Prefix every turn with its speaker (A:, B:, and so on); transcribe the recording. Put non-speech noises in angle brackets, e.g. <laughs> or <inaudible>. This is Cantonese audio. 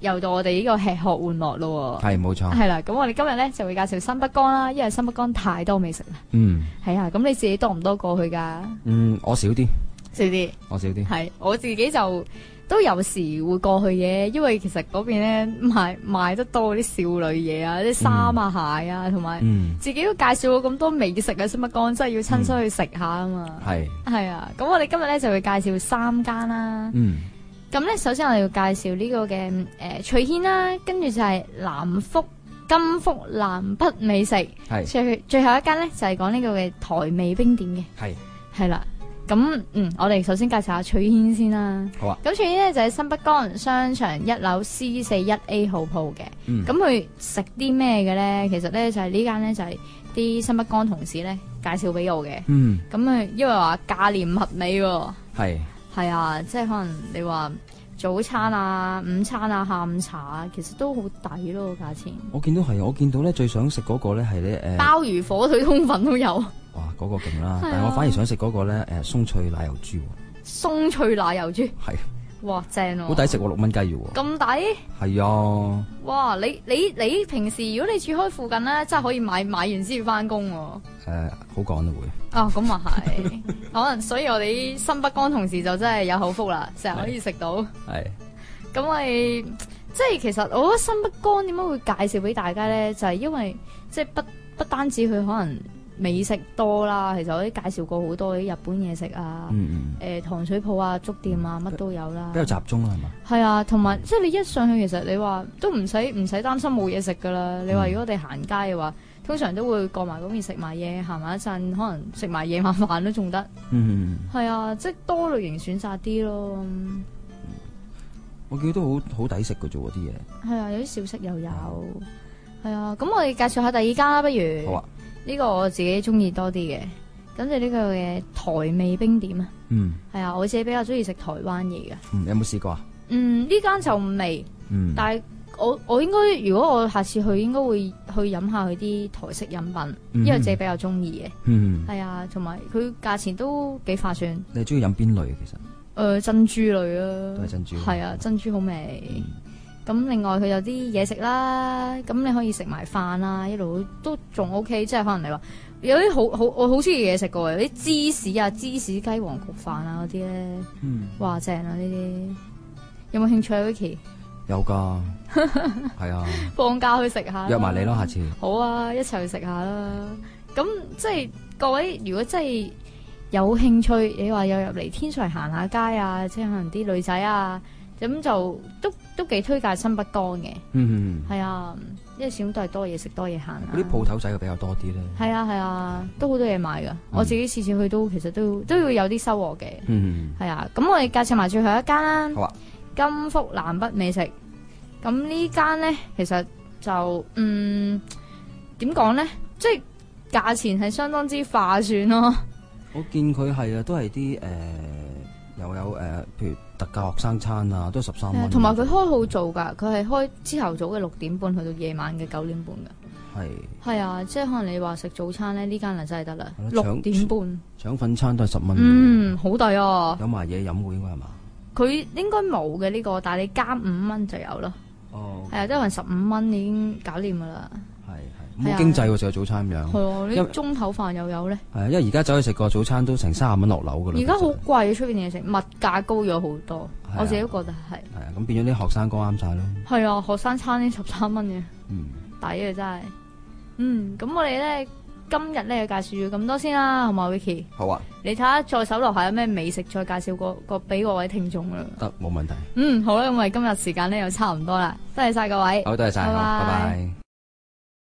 A: 又到我哋呢個吃喝玩樂咯喎。
B: 係啊冇錯，
A: 係啦，咁我哋今日咧就會介紹新北江啦，因為新北江太多美食啦。
B: 嗯
A: 係啊，咁你自己多唔多過去㗎？
B: 嗯，我少啲，
A: 少啲。
B: 我少啲，
A: 係我自己就都有時會過去嘅，因為其實嗰邊咧賣賣得多啲少女嘢啊，啲衫啊、鞋啊，同埋、
B: 嗯
A: 自己都介紹咗咁多美食嘅新北江，真係要親身去食下啊嘛。
B: 係，
A: 係啊，咁我哋今日咧就會介紹三間啦。
B: 嗯
A: 咁咧，首先我哋要介紹呢個嘅誒、呃翠軒啦，跟住就係南福金福南北美食，
B: 係
A: 最最後一間咧就係講呢個嘅台味冰點嘅。
B: 係
A: 系啦，咁嗯，我哋首先介紹下翠軒先啦。
B: 好啊，
A: 咁翠軒咧就喺新北江商場一樓 C 四一 A 號鋪嘅。
B: 嗯
A: 咁佢食啲咩嘅咧？其實咧就係呢間咧就係啲新北江同事咧介紹俾我嘅。
B: 嗯
A: 咁佢因為話價廉合美喎，
B: 係
A: 係啊，即係可能你話早餐啊、午餐啊、下午茶啊，其實都好抵咯個價錢。
B: 我見到係，我見到咧最想食嗰個咧係咧誒，
A: 鮑魚火腿通粉都有，
B: 哇嗰個勁啦，
A: 係啊
B: 但係我反而想食嗰個咧誒鬆脆奶油豬喎，
A: 鬆脆奶油豬，
B: 係
A: 哇正喎、
B: 好抵食喎，六蚊雞要喎，
A: 咁抵？
B: 係啊，
A: 哇！你你你平時如果你住開附近咧，真係可以買買完先要翻工喎。
B: 誒好趕啊會。
A: 啊，咁啊係，
B: <laughs>
A: 可能所以我哋啲新北江同事就真係有口福啦，成日可以食到。
B: 系，
A: 咁咪即係其實我覺得新北江點解會介紹俾大家咧，就係、因為即係不不單止佢可能美食多啦，其實我都介紹過好多啲日本嘢食啊。誒、
B: 嗯嗯，
A: 糖水鋪啊、粥店啊，乜都有啦
B: 比。較集中啦，係嘛？
A: 係啊，同埋即係你一上去，其實你話都唔使唔使擔心冇嘢食噶啦。你話如
B: 嗯
A: 果我哋行街嘅話，通常都會過埋嗰邊食埋嘢，行埋一陣，可能食埋夜晚飯都仲得。
B: 嗯嗯，
A: 係啊，即係多類型選擇啲咯。
B: 我見到都好好抵食嘅啫喎啲嘢。
A: 係啊，有啲小食又有。係啊，咁我哋介紹下第二間啦，不如。
B: 好啊，
A: 呢個我自己中意多啲嘅，咁就呢個嘅台味冰點啊。
B: 嗯
A: 係啊，我自己比較中意食台灣嘢嘅。
B: 嗯，你有冇試過啊？
A: 嗯，呢間就未。
B: 嗯，
A: 但係我我應該如果我下次去，應該會去飲下佢啲台式飲品，
B: 嗯
A: 因為自己比較中意嘅。
B: 嗯，
A: 係啊，同埋佢價錢都幾划算。誒、
B: 你中意飲邊類啊其實？
A: 珍珠類啊，
B: 都係珍珠
A: 係啊，珍珠好味。
B: 嗯
A: 咁、另外佢有啲嘢食啦，咁你可以食埋飯啦，一路都仲 OK。即係可能你話有啲好好我好中意嘢食過嘅，有啲芝士啊、芝士雞皇焗飯啊嗰啲咧，
B: 嗯，
A: 哇正啊呢啲。有冇興趣啊 Vicky？
B: 有 <laughs> 㗎，係啊，
A: 放假去食下啦。
B: 約埋你咯，下次。
A: 好啊，一齊去食下啦。咁即係各位，如果真係有興趣，你話又入嚟天水圍行下街啊，即係可能啲女仔啊，咁就都都幾推介新北江嘅。
B: 嗯，嗯嗯
A: 係啊，因為始終都係多嘢食，多嘢行啊。
B: 嗰啲鋪頭仔嘅比較多啲咧。
A: 係啊係啊，都好多嘢買噶。我自己次次去都其實都都要有啲收穫嘅。
B: 嗯，
A: 係啊，咁我哋介紹埋最後一間啦。
B: 好啊
A: 金福南北美食。咁呢間呢，其實就嗯點講呢？即係價錢係相當之化算咯。
B: 我見佢係啊，都係啲誒又有誒，譬如特價學生餐啊，都十三蚊。
A: 同埋佢開好早㗎，佢係開朝頭早嘅六點半去到夜晚嘅九點半㗎。
B: 係
A: 係啊，即係可能你話食早餐呢，呢間就真係得啦
B: 係，咯
A: 六點半，
B: 腸粉餐都係十蚊。
A: 嗯，好抵啊！
B: 有埋嘢飲喎，應該係嘛？
A: 佢應該冇嘅呢個，但係你加五蚊就有咯。
B: 哦，
A: 係啊，即係可能十五蚊已經搞掂㗎啦。
B: 係係，
A: 係
B: 咁
A: 啊
B: 好經濟喎，食個早餐咁樣。
A: 係啊，
B: 因
A: 你
B: 為
A: 中頭飯又有呢。
B: 係啊，因為而家走去食個早餐都成三十蚊落樓噶啦。
A: 而家好
B: 其實
A: 貴啊，出邊嘢食，物價高咗好多，
B: 啊
A: 我自己都覺得係。
B: 係啊，咁變咗啲學生哥啱晒咯。
A: 係啊，學生餐呢十三蚊嘅，
B: 嗯，
A: 抵啊真係。嗯，咁我哋咧今日咧就介紹咗咁多先啦，好嘛，Vicky？
B: 好啊，
A: 你睇下再手落下有咩美食，再介紹個個俾各位聽眾啦。
B: 得冇問題。
A: 嗯，好啦，咁我哋今日時間咧又差唔多啦，多謝晒各位。
B: 好，多謝晒，好
A: 拜拜
B: 拜拜。